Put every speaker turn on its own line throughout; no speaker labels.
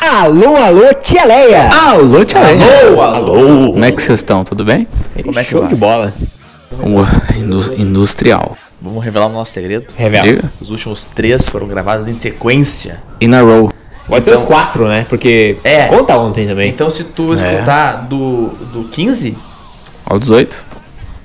Alô, alô, tia Leia!
Alô, tia Leia!
Alô, alô.
Tá Como é que vocês estão? Tudo bem?
Como é que
Show
vai?
de bola.
Ué, indu- industrial.
Vamos revelar o nosso segredo? Tá.
Revela.
Diga.
Os últimos três foram gravados em sequência.
In a row.
Pode ser
Então-
os quatro, né? Porque
É.
conta ontem também.
Então se
É.
tu escutar do, do 15
Ao 18.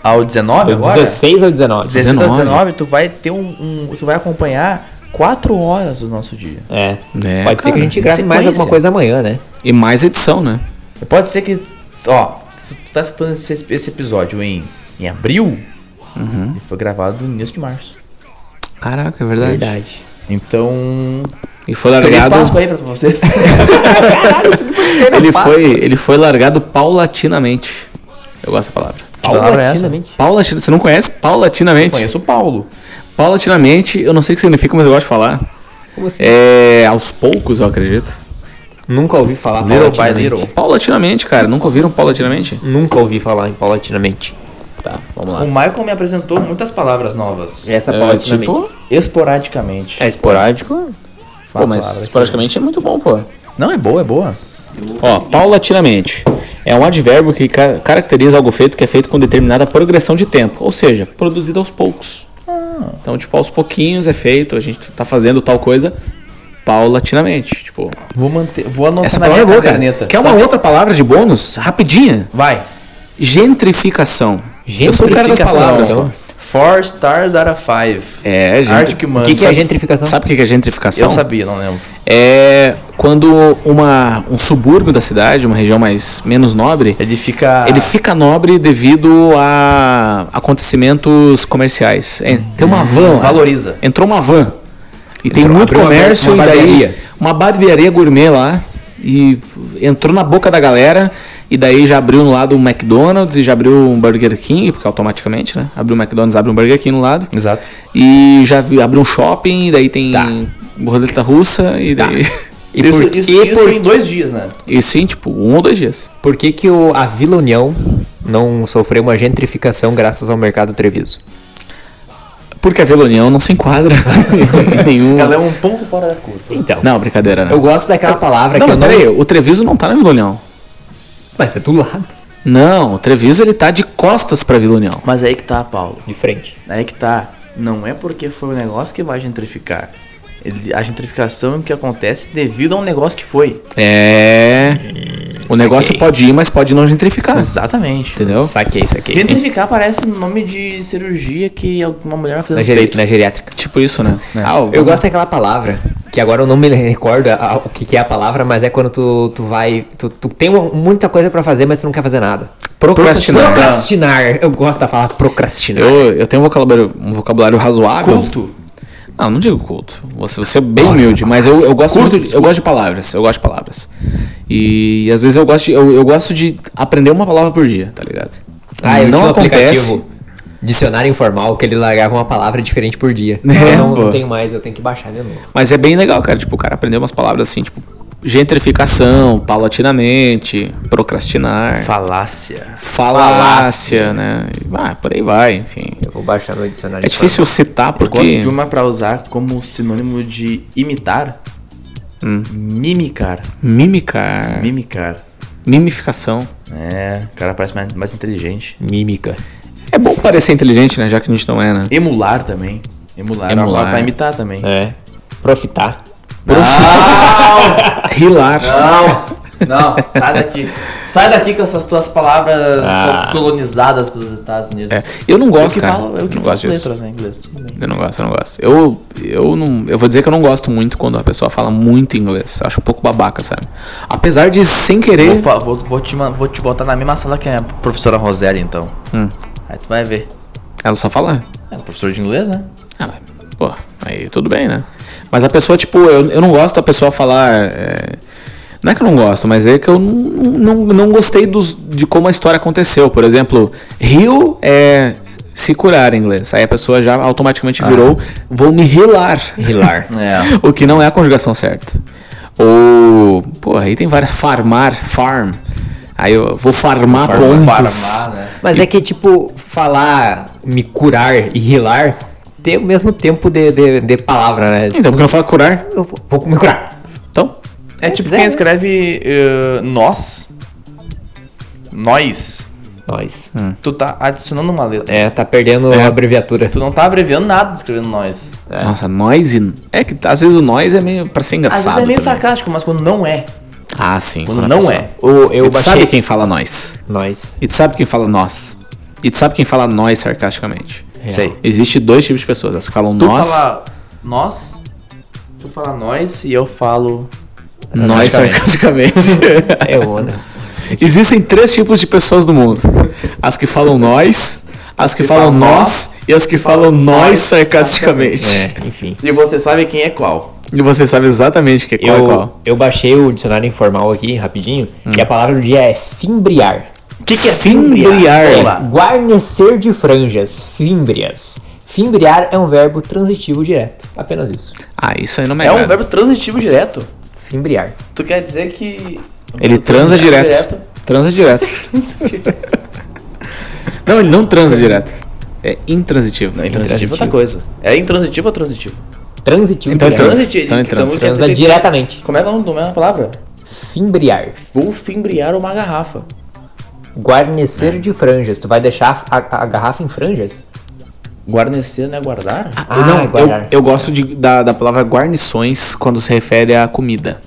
ao 19
Do
agora,
16 ao 19.
16 ao
19.
19, tu vai ter um, um- Tu vai acompanhar 4 horas do nosso dia.
É.
É,
Pode ser
cara.
que a gente grave
sequência.
mais alguma coisa amanhã, né?
E mais edição, né?
Pode ser que. Ó, se tu tá escutando esse, esse episódio em, em abril,
Uhum.
ele foi gravado no início de março.
Caraca, é verdade.
Verdade.
Então.
E foi
Feliz
largado.
Páscoa aí pra vocês.
Ele foi, ele foi largado paulatinamente. Eu gosto dessa palavra.
Tá Paulatinamente.
Paulatina, você não conhece paulatinamente?
Conheço o Paulo.
Paulatinamente, eu não sei o que significa, mas eu gosto de falar.
Como assim?
É aos poucos, eu acredito.
Nunca ouvi falar
Little by
paulatinamente.
little.
Paulatinamente, cara, nunca ouviram paulatinamente?
Nunca ouvi falar em paulatinamente.
Tá, vamos
O
lá.
Michael me apresentou muitas palavras novas.
Essa
É,
paulatinamente.
tipo,
Esporadicamente.
É esporádico?
pô, mas esporadicamente é muito bom, pô.
Não, é boa, é boa.
Ó, paulatinamente. É um advérbio que ca- caracteriza algo feito que é feito com determinada progressão de tempo, ou seja, produzido aos poucos. Então, tipo, aos pouquinhos é feito, a gente tá fazendo tal coisa paulatinamente. Tipo,
Vou manter. Vou anotar
essa
na
palavra é
minha
boa,
caderneta.
cara. Quer uma outra palavra de bônus? Rapidinha.
Vai.
Gentrificação. Eu sou o cara das
Gentrificação,
palavras,
então.
pô.
Four stars out of five.
É, gente.
Arctic
O
Monkeys.
que, que é gentrificação?
Sabe o que que é gentrificação?
Eu sabia, não lembro.
É quando uma, um subúrbio da cidade, uma região mais menos nobre,
Ele fica.
Ah.
ele fica nobre devido a acontecimentos comerciais. É, tem uma van. lá.
Valoriza.
Entrou uma van. E tem
Hum. Entrou-
muito
abriu uma
comércio
bar- uma
e daí
barbearia.
uma barbearia gourmet lá e entrou na boca da galera e daí já abriu no lado um McDonald's e já abriu um Burger King, porque automaticamente, né? Abriu um McDonald's, abre um Burger King no lado.
Exato.
E já vi- abriu um shopping, e daí tem
Tá.
borboleta russa e daí
E
isso,
por,
isso,
e
isso
por-
em dois dias, né?
E sim, tipo, um ou dois dias.
por que, que o, a Vila União não sofreu uma gentrificação graças ao mercado Treviso?
Porque a Vila União não se enquadra em nenhum.
Ela é um ponto fora da curva.
Então.
Não, brincadeira, né?
Eu gosto daquela palavra
Não,
que eu
mas
não.
peraí, o Treviso não tá na Vila União.
Mas é do lado.
Não, o Treviso ele tá de costas pra Vila União.
Mas aí que tá, Paulo.
De frente.
Aí que tá. Não é porque foi um negócio que vai gentrificar. Ele- a gentrificação é o que acontece devido a um negócio que foi.
É. O negócio
saquei. Hum.
pode ir, mas pode não gentrificar.
Exatamente.
Entendeu?
Saquei isso aqui.
Gentrificar parece um nome de cirurgia que uma mulher vai fazer
Na,
no
geri,
peito.
na geriátrica.
Tipo isso, né? Ah, o-
É. Eu gosto daquela palavra, que agora eu não me recordo a- a- o que, que é a palavra, mas é quando tu, tu vai. Tu, tu tem uma- muita coisa pra fazer, mas tu não quer fazer nada.
Procrastinação.
Procrastinar. Eu gosto da palavra procrastinar.
Eu, eu tenho um vocabulário, um vocabulário razoável.
Culto.
Não, não digo culto. Você, você é bem humilde, mas eu, eu gosto muito. de- eu gosto de palavras. Eu gosto de palavras. E, às vezes eu gosto, de, eu, eu gosto de aprender uma palavra por dia, tá ligado?
Ah, eu tinha um aplicativo dicionário informal que ele largava uma palavra diferente por dia.
É,
eu não,
pô.
não tenho mais, eu tenho que baixar de novo.
Mas é bem legal, cara. Tipo, o cara aprendeu umas palavras assim, tipo, gentrificação, paulatinamente, procrastinar,
Falácia.
falácia, né? E, Ah, por aí vai, enfim.
Eu vou baixar meu dicionário.
É difícil citar
Eu gosto
porque.
de uma pra usar como sinônimo de imitar.
Hum.
Mimicar.
Mimicar.
Mimicar.
Mimificação.
É, o cara parece mais, mais inteligente.
Mímica.
É bom parecer inteligente, né? Já que a gente não é, né?
Emular também. Emular.
Emular.
Agora pra imitar também.
É. Profitar.
Ah.
Rilar.
Não! Não, sai daqui. Sai daqui com essas tuas palavras
Ah.
co- colonizadas pelos Estados Unidos.
É, eu não
Eu
gosto,
que
cara.
falo, eu que
não
falo
gosto disso.
letras né, em inglês, tudo bem.
Eu não gosto, eu não gosto. Eu, eu não. Eu vou dizer que eu não gosto muito quando a pessoa fala muito inglês. Acho um pouco babaca, sabe? Apesar de sem
Vou,
querer.
fa- vou- vou te, ma- vou te botar na mesma sala que a professora Rosélia, então.
Hum.
Aí tu vai ver.
Ela só fala.
Ela é professora de inglês, né?
Ah, mas, pô, aí tudo bem, né? Mas a pessoa, tipo, eu, eu não gosto da pessoa falar. é, Não é que eu não gosto, mas é que eu não, não, não gostei dos, de como a história aconteceu. Por exemplo, rio é se curar em inglês. Aí a pessoa já automaticamente virou, vou me rilar.
Rilar.
É.
O que não é a conjugação certa. Ou, pô, aí tem várias. Farmar, farm. Aí eu vou farmar pontos.
Farmar, né?
Mas é que, tipo, falar, me curar e rilar tem o mesmo tempo de, de, de palavra, né?
Então, porque não fala curar?
Eu vou, vou me curar.
Então,
É tipo
pois
quem
é.
escreve eh, nós. Nós.
Nós.
Tu tá adicionando uma letra.
É, tá perdendo
Hum. É.
a abreviatura.
Tu não tá abreviando nada escrevendo nós.
Nossa, nós e. É que às vezes o nós é meio. pra ser engraçado.
Às vezes é meio
também.
sarcástico, mas quando não é.
Ah, sim.
Quando
a
não
pessoa-
é.
Ou eu
E tu sabe
baixei-
quem fala nós.
Nós.
E tu sabe quem fala nós. E tu sabe quem fala nós sarcasticamente.
Sei.
Existe dois tipos de pessoas, as que falam
Tu
nós.
fala nós, tu fala nós e eu falo.
Nós sarcasticamente.
É onda.
Existem três tipos de pessoas no mundo: as que falam nós, as que falam
falam
nós e as que falam nós sarcasticamente.
É, enfim.
E você sabe quem é qual.
E você sabe exatamente que qual
Eu,
é qual. Hum.
eu baixei o dicionário informal aqui, rapidinho, que a palavra do dia é fimbriar.
O que, que é
Fimbriar.
É,
Vamos lá.
guarnecer de franjas, fímbrias. Fimbriar é um verbo transitivo direto, apenas isso.
Ah, isso aí não é.
É um verbo transitivo direto.
Fimbriar.
Tu quer dizer que.
Ele transa direto. Transa direto. não, ele não transa direto. É intransitivo.
Não, intransitivo é outra coisa. É intransitivo ou transitivo?
Transitivo
Então,
direto.
trans-
Transitivo.
então é trans.
quer
Transa
dizer que-
diretamente.
Como é que é o nome da palavra?
é Fimbriar.
Vou fimbriar uma garrafa.
É.
Guarnecer de franjas. Tu vai deixar a, a garrafa em franjas?
Guarnecer não é guardar?
Ah,
Eu não, eu,
guardar.
eu gosto de- da, da palavra guarnições quando se refere à comida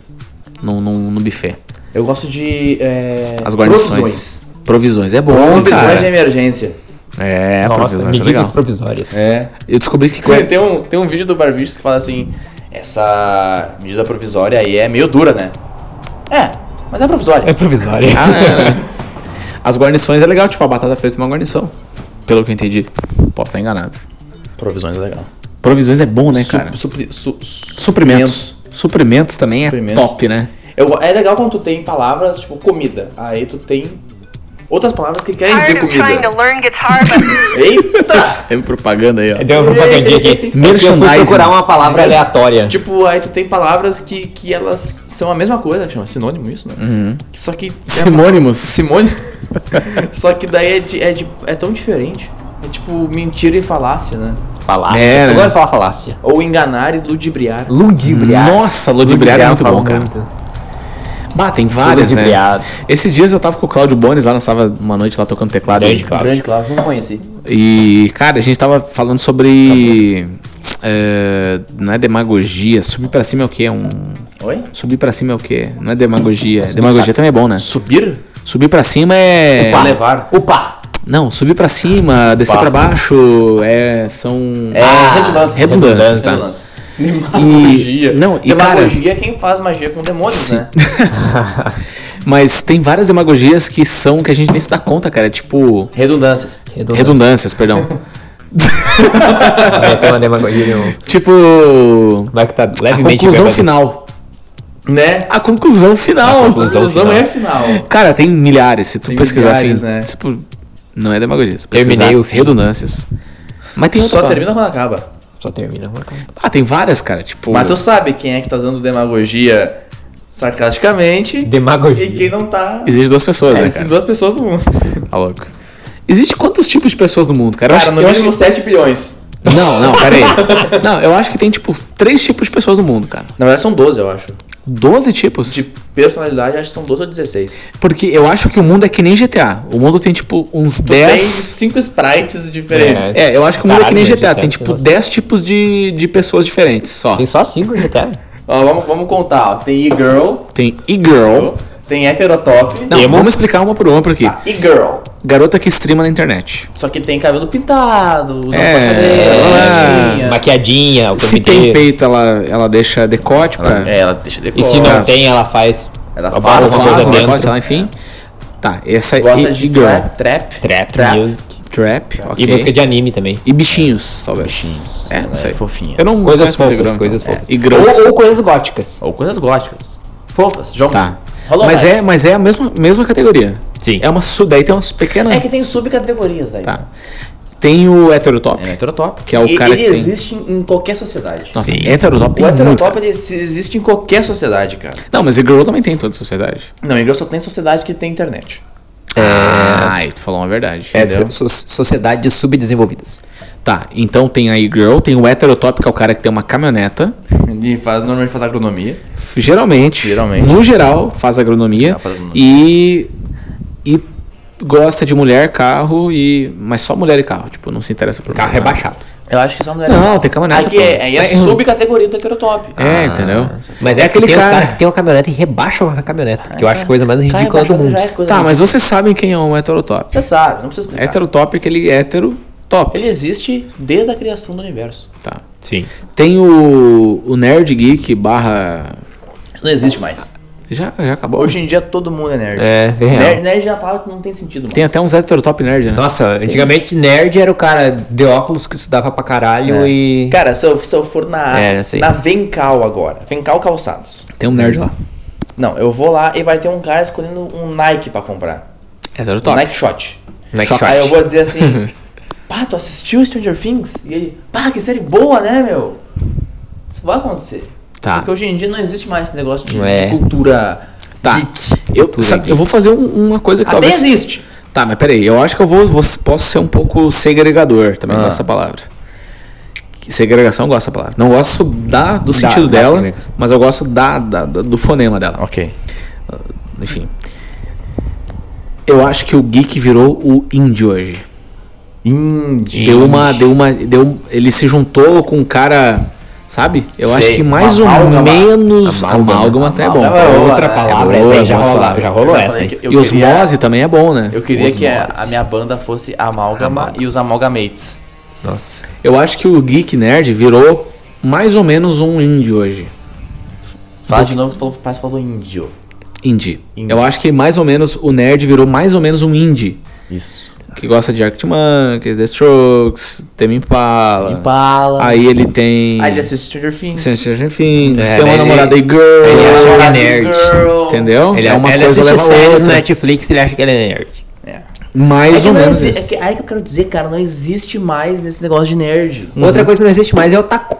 no, no, no buffet.
Eu gosto de. É...
As guarnições.
Provisões.
Provisões é bom,
Provisões de
cara.
emergência.
É,
Nossa,
provisões é
medidas
legal.
provisórias.
É.
Eu descobri que
Tem, tem um, tem um vídeo do Barbichos que fala assim: essa medida provisória aí é meio dura, né? É, mas é provisória.
É provisória.
Ah, é, né? As guarnições é legal, tipo, a batata frita é uma guarnição. Pelo que eu entendi. Posso estar enganado.
Provisões é legal.
Provisões é bom, né,
Su-
cara?
supri- su- su-
Suprimentos. Suprimentos também
Suprimentos.
é top, né?
Eu go- é legal quando tu tem palavras tipo comida. Aí tu tem outras palavras que querem dizer
Tired of trying to
comida.
learn guitar?
Eita!
É propaganda aí, ó.
Deu uma propagandinha aqui. Eu fui
Merchandising.
procurar uma palavra aleatória.
tipo, aí tu tem palavras que, que elas são a mesma coisa, que chama sinônimo isso, né? Só que.
Sinônimos.
Simone. Só que daí é, de- é de- é tão diferente. É tipo mentira e falácia, né?
Falácia.
É, né?
Eu gosto de falar falácia.
Ou enganar e ludibriar.
Ludibriar. um
Nossa, ludibriar é muito
eu falo
bom, cara.
muito.
Bah, tem várias, né?
Ludibriado.
Esses dias eu tava com o Claudio Bones lá, nós tava uma noite lá tocando teclado.
Grande
E-
Claudio.
Grande Cláudio, não conheci.
E, cara, a gente tava falando sobre. eh, não é demagogia. Subir pra cima é o quê? É Um.
Oi?
Subir pra cima é o quê? Não é demagogia. Demagogia também é bom, né?
Subir?
Subir pra cima é.
Pra levar.
Opa!
Não, subir pra cima, descer
Pá.
pra baixo, é. São.
É redundância.
redundância,
tá.
Redundância. Demagogia.
não, e,
Demagogia é quem faz magia com demônios, né?
Mas tem várias demagogias que são que a gente nem se dá conta, cara. É tipo.
Redundâncias.
Redundâncias, perdão.
Vai ter uma demagogia. no-
tipo.
Vai que tá
A
levemente.
conclusão
bêbado.
final.
Né?
A conclusão final.
A conclusão
Conclusão
final.
é final.
Cara, tem milhares. Se tu
Tem
pesquisar assim.
milhares, né?
tipo, não é demagogia. Se
Terminei
pesquisar
o fim.
redundâncias. Mas tem
Só
outra-
termina quando acaba.
Só termina. vamos lá.
Ah, tem várias, cara. Tipo.
Mas tu sabe quem é que tá usando demagogia sarcasticamente e quem
Demagogia.
não tá.
Existe duas pessoas,
É,
né,
existem
cara?
duas pessoas no mundo.
Tá louco. Existe quantos tipos de pessoas no mundo, cara? Eu
Cara,
acho-
no
eu acho
mínimo 7 bilhões.
que- Não, não, pera aí. Não, eu acho que tem, tipo, três tipos de pessoas no mundo, cara.
Na verdade são 12, eu acho.
Doze tipos.
De personalidade, acho que são 12 ou 16.
Porque eu acho que o mundo é que nem GTA. O mundo tem, tipo, uns
Tem
dez.
cinco sprites diferentes.
É, eu acho que o mundo é que nem
Caralho,
GTA.
GTA,
Tem, tipo,
nossa.
10 tipos de, de pessoas diferentes só.
Tem só cinco GTA.
Ó, vamos, vamos contar, ó. Tem e-girl,
Tem e-girl.
tem heterotop.
Não, vamos explicar uma por uma por aqui.
Tá.
E-girl.
Garota que streama na internet.
Só que tem cabelo pintado, usa
É,
uma
ela- é
cadeira,
Maquiadinha. assim o tempo
Se tem
inteiro.
peito, ela, ela deixa decote pra.
É, ela deixa
E
decolar.
se não tem, ela faz.
Ela
uma
faz,
barra de
Ela
faz,
coisa
faz um
dentro.
decote, sei lá, enfim. Tá, essa é
Gosta
e-
de
e-girl.
trap, trap.
Trap, music.
Trap, ok.
E música de anime também.
E bichinhos, talvez. É, não sei.
fofinha.
Eu não
Coisas
conheço muito
fofas,
e-girl,
coisas
então.
fofas.
É, e-girl.
Ou, ou coisas góticas.
Ou coisas góticas. Fofas, jogos.
Tá.
Hollow
Mas
Knight.
é, mas é a mesma, mesma categoria.
Sim.
É uma sub, daí tem umas pequenas.
É que tem subcategorias daí.
Tá. Tem o heterotop.
É heterotop.
Que é o
E-
cara
ele
que tem-
existe em em qualquer sociedade.
Nossa,
Sim.
heterotop
O
tem muito.
heterotop
cara.
ele ex- existe em qualquer sociedade, cara.
Não, mas e-girl também tem em toda a sociedade.
Não, em inglês só tem sociedade que tem internet.
Ah, e tu falou uma verdade.
É,
Entendeu?
so- so- sociedades subdesenvolvidas.
Tá, então tem a e-girl, tem o heterotop, que é o cara que tem uma caminhoneta,
Ele faz, normalmente faz agronomia.
geralmente,
Geralmente.
no geral, faz agronomia,
Ah, faz agronomia.
E, e gosta de mulher, carro e. Mas só mulher e carro, tipo, não se interessa por
Carro é
nada.
rebaixado.
Eu acho que é só mulher.
Não, tem caminhonete,
Aqui
pô.
é, aí é subcategoria do heterotop.
É, entendeu?
assim. Mas é, aquele tem os caras que tem uma caminhonete e rebaixam a caminhonete, que eu acho a coisa mais
Cara,
ridícula
baixo
do mundo.
já é coisa
Tá,
muito-
mas vocês sabem quem é um heterotop.
Você sabe, não precisa explicar.
Heterotop é aquele hétero top.
Ele existe desde a criação do universo.
Tá.
Sim.
Tem o, o Nerd Geek barra.
Não existe mais.
Já, já acabou.
Hoje em dia todo mundo é nerd.
É, bem real.
nerd, nerd é uma palavra que não tem sentido mais.
Tem até uns heterotop nerd, né?
Nossa, antigamente nerd era o cara de óculos que estudava pra caralho e.
Cara, se eu, se eu for na,
É, eu sei.
na Vencal agora, Vencal Calçados.
Tem um nerd lá.
Não, eu vou lá e vai ter um cara escolhendo um Nike pra comprar. Um
Heterotop.
Nike Shot.
Nike
Shot.
Shot.
Aí eu vou dizer assim, pá, tu assistiu Stranger Things? E ele, pá, que série boa, né, meu? Isso vai acontecer.
Tá.
Porque hoje em dia não existe mais esse negócio de,
É.
de cultura
Tá.
geek.
Eu, sabe, eu vou fazer um- uma coisa que
Até
talvez.
existe.
Tá, mas peraí, eu acho que eu vou, vou- posso ser um pouco segregador também
Ah.
com essa palavra. Que Segregação eu gosto dessa palavra. Não gosto da, do sentido
da
dela,
segregação.
mas eu gosto da, da- da- do fonema dela. Ah,
Ok.
Enfim. Eu acho que o geek virou o indie hoje.
Indie.
Deu uma, deu uma, deu, um- ele se juntou com um cara, sabe? Eu acho
Sei,
que mais ou
uma amálgama.
menos amálgama, até é bom.
Amálgama é boa,
outra
né?
palavra,
Essa aí já
outra
rola-
palavra.
já rolou
Eu já
essa,
falei
hein?
que eu
E os
queria-
Mose também é bom, né?
Eu queria
Os
que é- a,
Mose.
a minha banda fosse Amálgama e os Amalgamates.
Nossa.
Eu acho que o Geek Nerd virou mais ou menos um indie hoje.
Fala de novo, tu falou, parece que falou índio.
Indie.
Indie.
Eu acho que mais ou menos o nerd virou mais ou menos um indie.
Isso.
Que gosta de Arctic Monkeys, The Strokes, Tame Impala.
Impala. Aí,
Aí ele tem...
Ah, ele é assiste Stranger Things.
Stranger Things,
É,
tem uma
daí ele-
namorada e girl,
ele
Girl,
acha que é nerd.
Girl.
entendeu?
Ele,
é uma
ele
coisa
assiste
leva a
séries né?
outra.
no Netflix e ele acha que ele é nerd.
É. É
assim. Mais
que
ou
não
menos.
exi- é que- aí que eu quero dizer, cara, não existe mais nesse negócio de nerd.
Uhum. Outra coisa que não existe mais é o taco.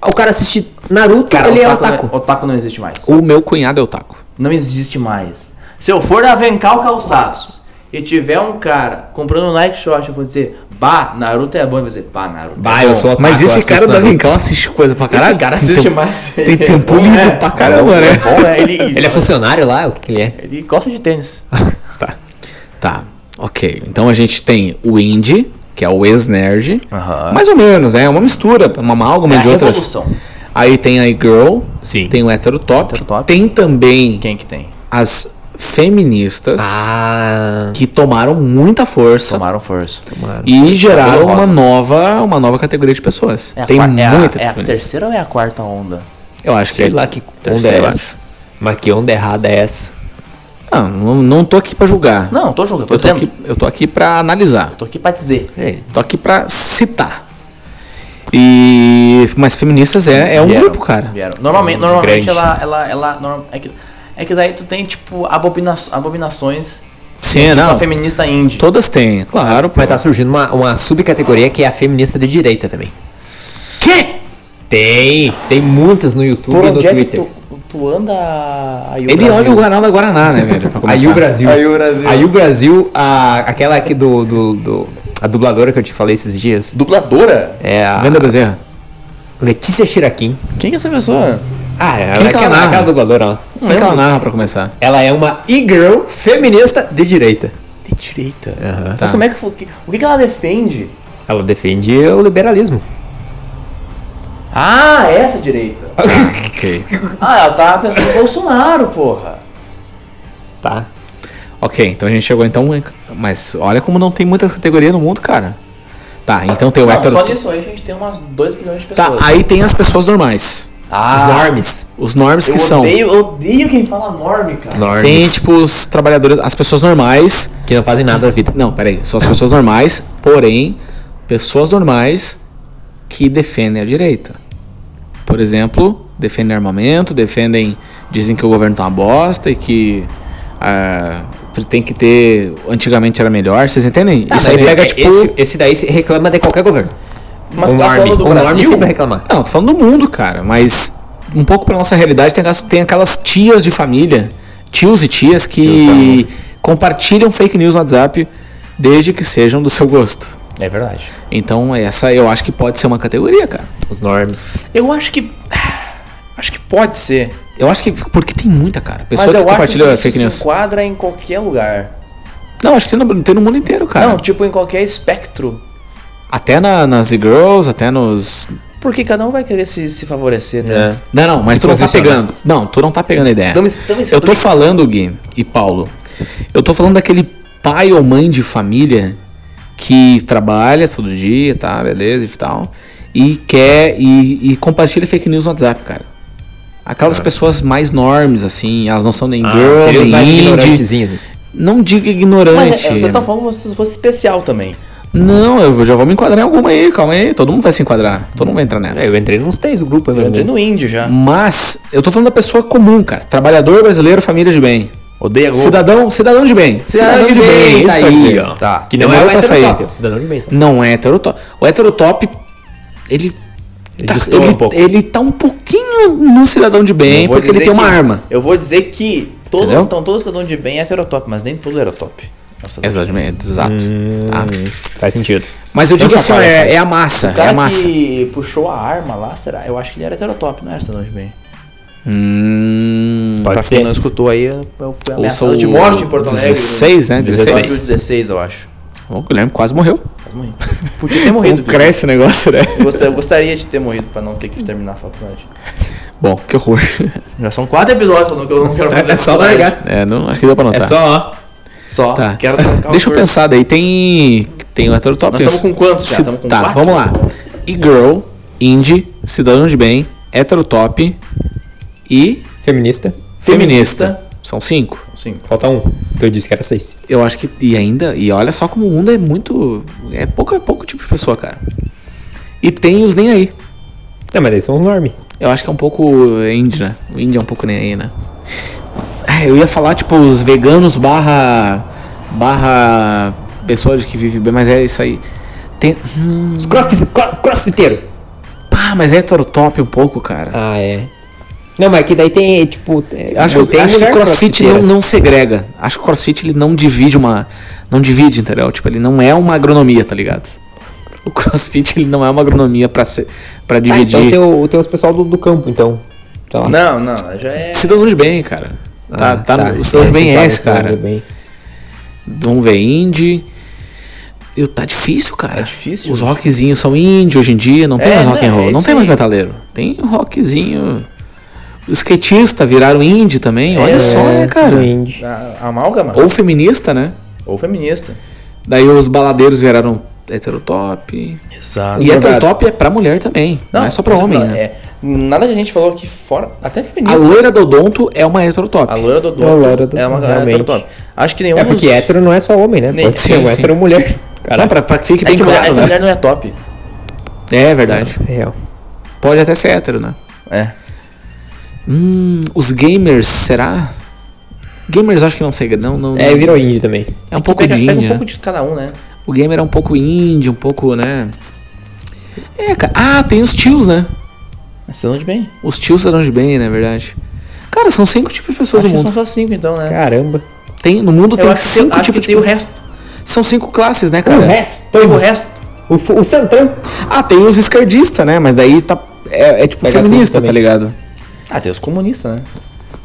O cara assiste Naruto, ele é otaku.
Não, otaku não existe mais.
O meu cunhado é o Taco.
Não existe mais. Se eu for na Vencal Calçados e tiver um cara comprando um Nike Short, eu vou dizer, bah, Naruto é bom. Ele vai dizer, bah, Naruto.
Bah,
é bom.
eu sou otaku,
Mas
eu
esse
assisto
cara da
Naruto.
Rincão assiste coisa pra caralho.
Esse cara
Tem
assiste
tempo-
mais.
Tem tempo
bom,
livre
né?
pra caramba,
É
né?
bom, né? Ele,
Ele é funcionário lá? O que, que ele é?
Ele gosta de tênis.
Ah. Tá, ok. Então a gente tem o indie, que é o ex-nerd.
Aham.
Mais ou menos, né? É uma mistura, uma amálgama
É a
de outras.
revolução.
Aí tem a girl,
Sim.
tem o hétero top,
Heterotop.
tem também
Quem é que tem?
as feministas
Ah.
que tomaram muita força
Tomaram força.
e geraram
Rosa.
uma nova, uma nova categoria de pessoas.
É a,
tem
qua- é a-
muita
é a
feminista.
terceira ou é a quarta onda?
Eu acho que
Sei lá que onda é
terceira.
essa. Mas que onda errada é essa?
Não, não, não tô aqui pra julgar.
Não, tô julgando, tô
eu, tô
dizendo.
aqui, eu tô aqui pra analisar.
Tô aqui pra dizer.
É.
Tô aqui pra citar. E. Mas feministas é, é um
Vieram,
grupo, cara.
Vieram. Normalmente, normalmente
grande.
ela, ela, ela norm- é, que, é que daí tu tem, tipo, abomina- abominações.
Sim,
Tipo, a
É, não.
feminista indie.
Todas têm, claro.
Mas tá surgindo uma, uma subcategoria que é a feminista de direita também.
Quê?
Tem! Tem muitas no YouTube e no Twitter.
é tu, tu anda aí
Ele olha o Arnaldo Guaraná, né, velho? Pra
Aí
começar.
o Brasil.
Aí o Brasil.
Aí o Brasil, a, aquela aqui do, do, do- A dubladora que eu te falei esses dias.
Dubladora?
É a
Venda Tá Bezerra.
Letícia Shirakin.
Quem que é essa pessoa?
Ah, é
Quem que ela
aquela,
narra?
aquela dubladora lá.
Como é que ela narra pra começar?
Ela é uma e-girl feminista de direita.
De direita. Mas
Tá.
como é que. O que, o que que ela defende?
Ela defende o liberalismo.
Ah, essa direita.
Ok.
Ah, ela tá pensando no Bolsonaro, porra.
Tá.
Ok, então a gente chegou então. em- Mas olha como não tem muita categoria no mundo, cara. Tá, então tem o
Não,
hétero.
só nisso aí a gente tem umas 2 bilhões de
Tá,
pessoas.
aí tem as pessoas normais.
Os
ah,
normes.
Os normes que
eu
são.
odeio, eu odeio quem fala norme, cara.
Normes.
Tem, tipo, os trabalhadores. As pessoas normais
Que não fazem nada da vida.
Não, peraí. São as pessoas normais, porém, pessoas normais que defendem a direita. Por exemplo, defendem armamento, defendem. Dizem que o governo tá uma bosta e que. ah, tem que ter. Antigamente era melhor, vocês entendem? Isso aí
Mas
pega
é-
tipo.
Esse, esse daí se reclama de qualquer governo.
Mas
o
um
tu tá
norme.
falando do
o norme
Brasil?
Um sempre vai reclamar.
Não, tô falando do mundo, cara, mas um pouco pra nossa realidade tem aquelas, tem aquelas tias de família, tios e tias que compartilham fake news no WhatsApp desde que sejam do seu gosto.
É verdade.
Então, essa eu acho que pode ser uma categoria, cara.
Os normes.
Eu acho que. Acho que pode ser.
Eu acho que porque tem muita, cara. Pessoa
Mas
que
eu acho que
compartilha
isso
fake news.
se enquadra em qualquer lugar.
Não, acho que tem no, tem no mundo inteiro, cara.
Não, tipo em qualquer espectro.
Até na, nas e-girls, até nos.
Porque cada um vai querer se, se favorecer, né?
Não, não, mas
Se
tu não tá
posiciona.
pegando. Não, tu não tá pegando a ideia.
Não me- não me
eu tô
explica.
falando, Gui e Paulo. Eu tô falando daquele pai ou mãe de família que trabalha todo dia, tá, beleza e tal. E quer. E, e compartilha fake news no WhatsApp, cara.
Tá.
Aquelas pessoas mais normes, assim, elas não são nem girl,
seria Ah, os mais
nem indie.
ignorantezinhos. assim.
Não diga ignorante.
Mas é, vocês estão falando como se fosse especial também.
Não, eu já vou me enquadrar em alguma aí, calma aí. Todo mundo vai se enquadrar. Todo mundo vai entrar nessa.
É, Eu entrei nos três grupos,
Eu
mais ou
entrei no
menos.
índio já.
Mas eu tô falando da pessoa comum, cara. Trabalhador brasileiro, família de bem.
Odeia Globo.
Cidadão, cidadão de bem.
Cidadão de bem, tá
isso que eu
aí,
ia
ó.
dizer.
Tá.
Que não
Demorou
é o
pra sair.
heterotop, é o cidadão de bem. só.
Não é heterotop. O heterotop, ele
Ele
tá,
destoa
ele,
um pouco.
ele tá um pouquinho no cidadão de
Eu
bem,
vou
porque ele
dizer
tem uma
que-
arma.
Eu vou dizer que todo,
Entendeu?
então, todo cidadão de bem é heterotop, mas nem todo heterotop. é o cidadão de bem.
Exatamente, exato.
Ah.
Tá.
Faz sentido.
Mas eu digo assim, ó,
parece.
é, é a massa,
O
é a
cara
massa.
que puxou a arma lá, será? Eu acho que ele era heterotop, não era cidadão de bem.
Hum,
Pode
pra quem
ser.
não escutou aí, é eu eu fui
ouça
ameaçado
o
de morte em Porto Alegre.
16, né? 16.
16, eu acho.
O Guilherme quase morreu.
Mas morri. Podia ter
Não
morrido. bicho.
cresce o negócio, né?
Eu gostaria, eu gostaria de ter morrido pra não ter que terminar a faculdade.
Bom, que horror.
Já são quatro episódios falando que eu não quero fazer faculdade.
É, não, acho que deu pra
Tá.
notar.
só, ó.
Só,
Tá.
quero trocar o
Deixa
curso.
eu pensar, daí tem. Tem o hétero top.
Nós estamos com quantos já?
Ci-
Estamos com
tá,
quatro?
vamos lá. E girl, indie, cidadão de bem, hétero top e
Feminista.
feminista.
Feminista.
São cinco.
Sim.
Falta um. que Eu disse que era seis.
Eu acho que. E ainda. E olha só como o mundo é muito. É pouco, é pouco tipo de pessoa, cara. E tem os nem aí.
Não, mas daí são os norme.
Eu acho que é um pouco indie, né? O indie é um pouco nem aí, né? Ah, eu ia falar, tipo, os veganos barra. barra. pessoas que vivem bem, mas é isso aí. Tem. Hum,
Os cross, cro- crossfiteiro.
pá, mas é top um pouco, cara.
Ah, é. Não, mas que daí tem, tipo. é,
acho que,
tem
acho que o
mulher
crossfit
crossfiteira.
não, não segrega. Acho que o crossfit ele não divide uma. Não divide, entendeu? Tipo, ele não é uma agronomia, tá ligado? O crossfit ele não é uma agronomia pra, ser, pra
Ah,
dividir.
então tem, o, tem os pessoal do, do campo, então. Sei lá.
Não, não, já é.
Cidadão de bem, cara. Tá,
Ah,
tá, no- O
Então
cidadão de bem é
tá,
esse,
cidadão
cara.
de bem.
Vamos ver, indie. Eu, tá difícil, cara.
Tá difícil.
Os rockzinhos são indie hoje em dia, não tem
É,
mais rock
né,
and roll,
é
não
isso
tem mais
aí.
metaleiro. Tem um rockzinho. Os skatista viraram indie também, olha
É,
só, né,
É,
cara?
do indie.
A, amálgama? Ou,
Ou feminista, né?
feminista.
Daí os baladeiros viraram heterotop.
Exato.
E
verdade.
heterotop é pra mulher também, não, é só pra homem, né?
É, nada que a gente falou aqui fora. Até
A
feminista.
loira do odonto é uma heterotop.
A loira do
A
Dodo.
loira do-
É uma
realmente.
galera top. Acho que nenhum.
É porque
dos-
hétero não é só homem, né?
Nem-
Pode ser
sim,
um
sim.
hétero mulher.
Não,
Caralho,
pra, pra que fique
É
bem
que mulher, é
claro,
que
né?
mulher não é top.
É verdade.
é real.
Pode até ser hétero, né?
É.
Hum, os gamers, será? Gamers acho que não sei, não, não.
É,
não-
virou indie também.
É um pouco
pega,
de
pega um
indie, né?
pouco de cada um, né?
O gamer é um pouco indie, um pouco, né? É, cara. Ah, tem os tios, né?
Mas você não de bem.
Os tios serão de bem, né? Verdade. Cara, são cinco tipos de pessoas
Acho
no
que são
mundo.
só cinco, então, né?
Caramba.
Tem, no mundo
eu
tem
acho que, tem-
cinco
acho que
tipos de
tem o resto.
São cinco classes, né,
O
cara?
resto,
Tem o
o,
resto.
f- o Santão.
Ah, tem os esquerdistas, né? Mas daí tá. É, é tipo
Pega
feminista,
tudo
tá
também.
ligado?
Ah, tem os comunistas, né?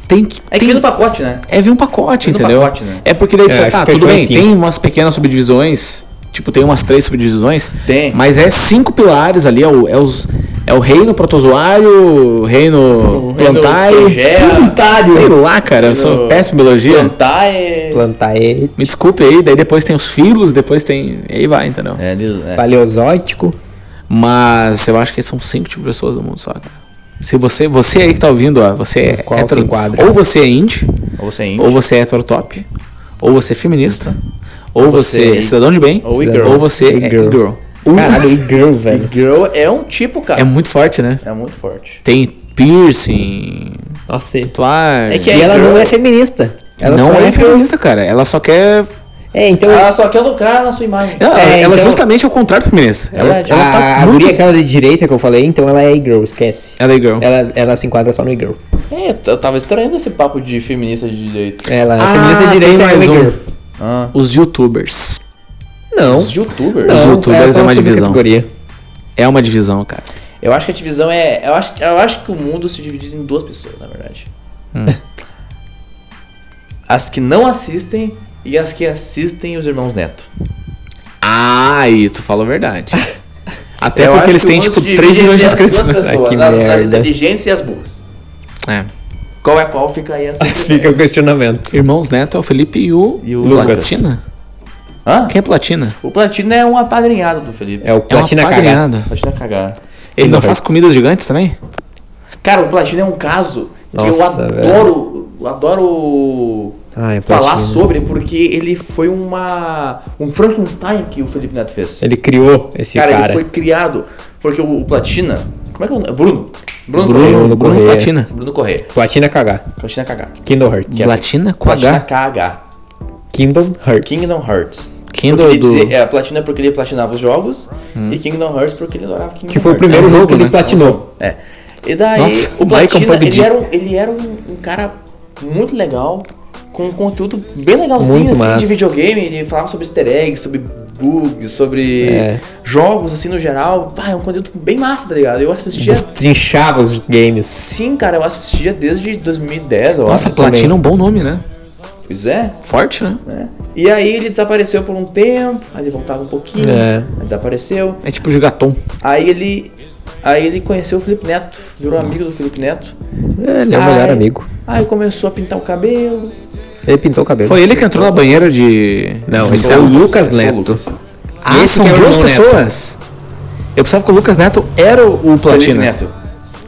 Tem.
É que
tem-
vem no pacote, né?
É vir um pacote,
Vem no
entendeu?
pacote, né?
É porque daí,
É, acho
tá,
que
tudo
fechou em
bem,
cinco.
tem umas pequenas subdivisões, tipo, tem umas três subdivisões.
Tem.
Mas é cinco pilares ali, é o, é os, é o reino protozoário, o reino
reino
plantar
progea.
plantário. Sei lá, cara, eu sou
Reino-
péssimo em biologia.
Plantar é.
Plantar ele.
Me desculpe aí, daí depois tem os filos, depois tem... e aí vai, entendeu?
É, ele- é.
Paleozótico.
Mas eu acho que são cinco tipos de pessoas no mundo só, cara. Se você, você aí que tá ouvindo, ó, você é
Qual se enquadra?
ou você é indie,
Ou você é índio.
ou você é heterotop, ou você é feminista, ou você,
você é
é cidadão de bem,
ou
ou,
e-girl.
você é
E-girl.
girl.
Caralho, e girls, velho.
Girl é um tipo, cara.
É muito forte, né?
É, muito forte.
Tem piercing,
Nossa. E
tatuagem.
É que é-
ela não
girl.
é feminista. Ela
não
só girl.
é feminista, Ah, cara. Ela só quer.
É, então.
Ela só quer lucrar na sua imagem.
Ela,
É,
ela
então-
justamente é o contrário do feminista. Ela,
Verdade.
ela
a,
tá
a
muito-
guria aquela de direita que eu falei, então ela é e-girl, esquece.
Ela é girl.
Ela, ela se enquadra só no e-girl.
É, eu t- eu tava estranhando esse papo de feminista de direito.
Ela é
Ah,
feminista de
tem
direita,
mais
é
um.
e-girl.
Ah.
Os youtubers.
Não.
Os youtubers?
não,
Os youtubers
ela só
é uma divisão.
subcategoria.
É uma divisão, cara.
Eu acho que a divisão é. Eu acho, eu acho que o mundo se divide em duas pessoas, na verdade. As que não assistem e as que assistem os irmãos Neto.
Ah, aí tu falou a verdade. Até
Eu acho
porque eles
que
têm,
o
tipo,
mundo se
3
divide
milhões de
entre
inscritos.
essas pessoas,
que
as, as
merda.
inteligentes e as burras.
É.
Qual é qual fica aí essa.
Fica o questionamento.
Irmãos Neto é o Felipe e o,
E o
Lucas.
Platina?
Hã?
Quem é Platina?
O Platino é um apadrinhado do Felipe.
É o
É uma
Platina Cagada.
padrinhada.
Platino é cagado.
Ele não
Lucas.
faz comidas gigantes também?
Cara, o Platino é um caso que
Nossa, Ah,
eu adoro. eu adoro
Ai,
falar
é Platina.
sobre, porque ele foi uma. um Frankenstein que o Felipe Neto fez.
Ele criou esse
cara,
cara.
ele foi criado. Porque o, o Platina. Como é que é o nome? Bruno. Bruno,
Bruno
Correia.
Correia.
Platina.
Bruno Correia.
Platina Cagá.
Platina cagar.
Kingdom Hearts.
Platina com
Platina
H.
KH.
Kingdom Hearts.
Kingdom Hearts.
Kindle
Porque ele
do-
dizia- é, platina porque ele platinava os jogos e Kingdom Hearts porque ele adorava Kingdom
Hum. Que foi o
Hearts.
primeiro
É um
jogo que
jogo,
ele
né?
platinou.
É. E daí,
Nossa,
o
Michael
Platina, ele
Pubg.
era, um, ele era um, um cara muito legal, com um conteúdo bem legalzinho
Muito
assim, de
massa.
videogame. Ele falava sobre easter eggs, sobre bugs, sobre
É.
jogos, assim, no geral. Ah, é um conteúdo bem massa, tá ligado? Eu assistia...
Destrinchava os games.
Sim, cara, eu assistia desde 2010, eu
Nossa,
acho.
também.
Platina é um bom nome, né?
Pois é,
Forte, né?
né? E aí ele desapareceu por um tempo, aí ele voltava um pouquinho,
É.
aí desapareceu.
É tipo gigaton.
Aí ele. Aí ele conheceu o Felipe Neto, virou amigo do Felipe Neto.
É, Ele é o
Ai.
melhor amigo.
Aí começou a pintar o cabelo.
Ele pintou o cabelo.
Foi ele que entrou na banheira de.
Não,
de
esse é o
fogo.
Lucas
Esse foi o
Neto.
Lucas.
Ah,
Esse
são
que é o
duas
irmão
pessoas. Eu pensava que o Lucas Neto era o
Felipe
Platina.
Neto.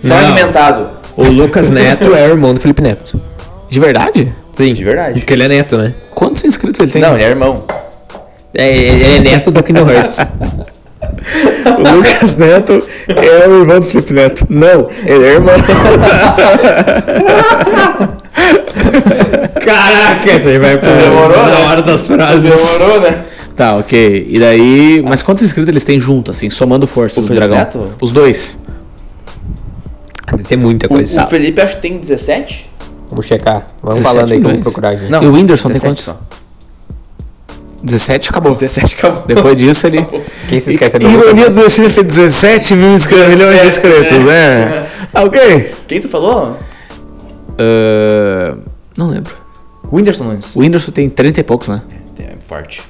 Não.
Fragmentado.
O Lucas Neto é o irmão do Felipe Neto.
De verdade?
Sim.
De verdade.
Porque ele é neto, né?
Quantos inscritos ele tem?
Não, ele é irmão.
É, ele é neto do Kingdom Hearts.
o Lucas Neto é o irmão do Felipe Neto. Não, ele é irmão.
Caraca, isso aí vai pro
Demorou,
na
né?
hora das frases.
Demorou, né?
Tá, ok. E daí. Mas quantos inscritos eles têm junto, assim, somando forças
O
do
Felipe
dragão?
Neto?
Os dois.
Deve ser muita
O,
coisa.
o Felipe acho que tem 17?
Vou checar. Vamos
17
falando aí que eu vou
milhões.
procurar aqui.
E o Whindersson tem
17
quantos?
só.
17 acabou.
17 acabou.
Depois disso ele.
Quem se esquece é do
Ironia
Lucas.
do destino tem 17 mil inscritos, milhões de inscritos, né? Ok.
Quem tu falou?
Ah, não lembro.
Whindersson Nunes.
O Whindersson tem 30 e poucos, né?
É forte.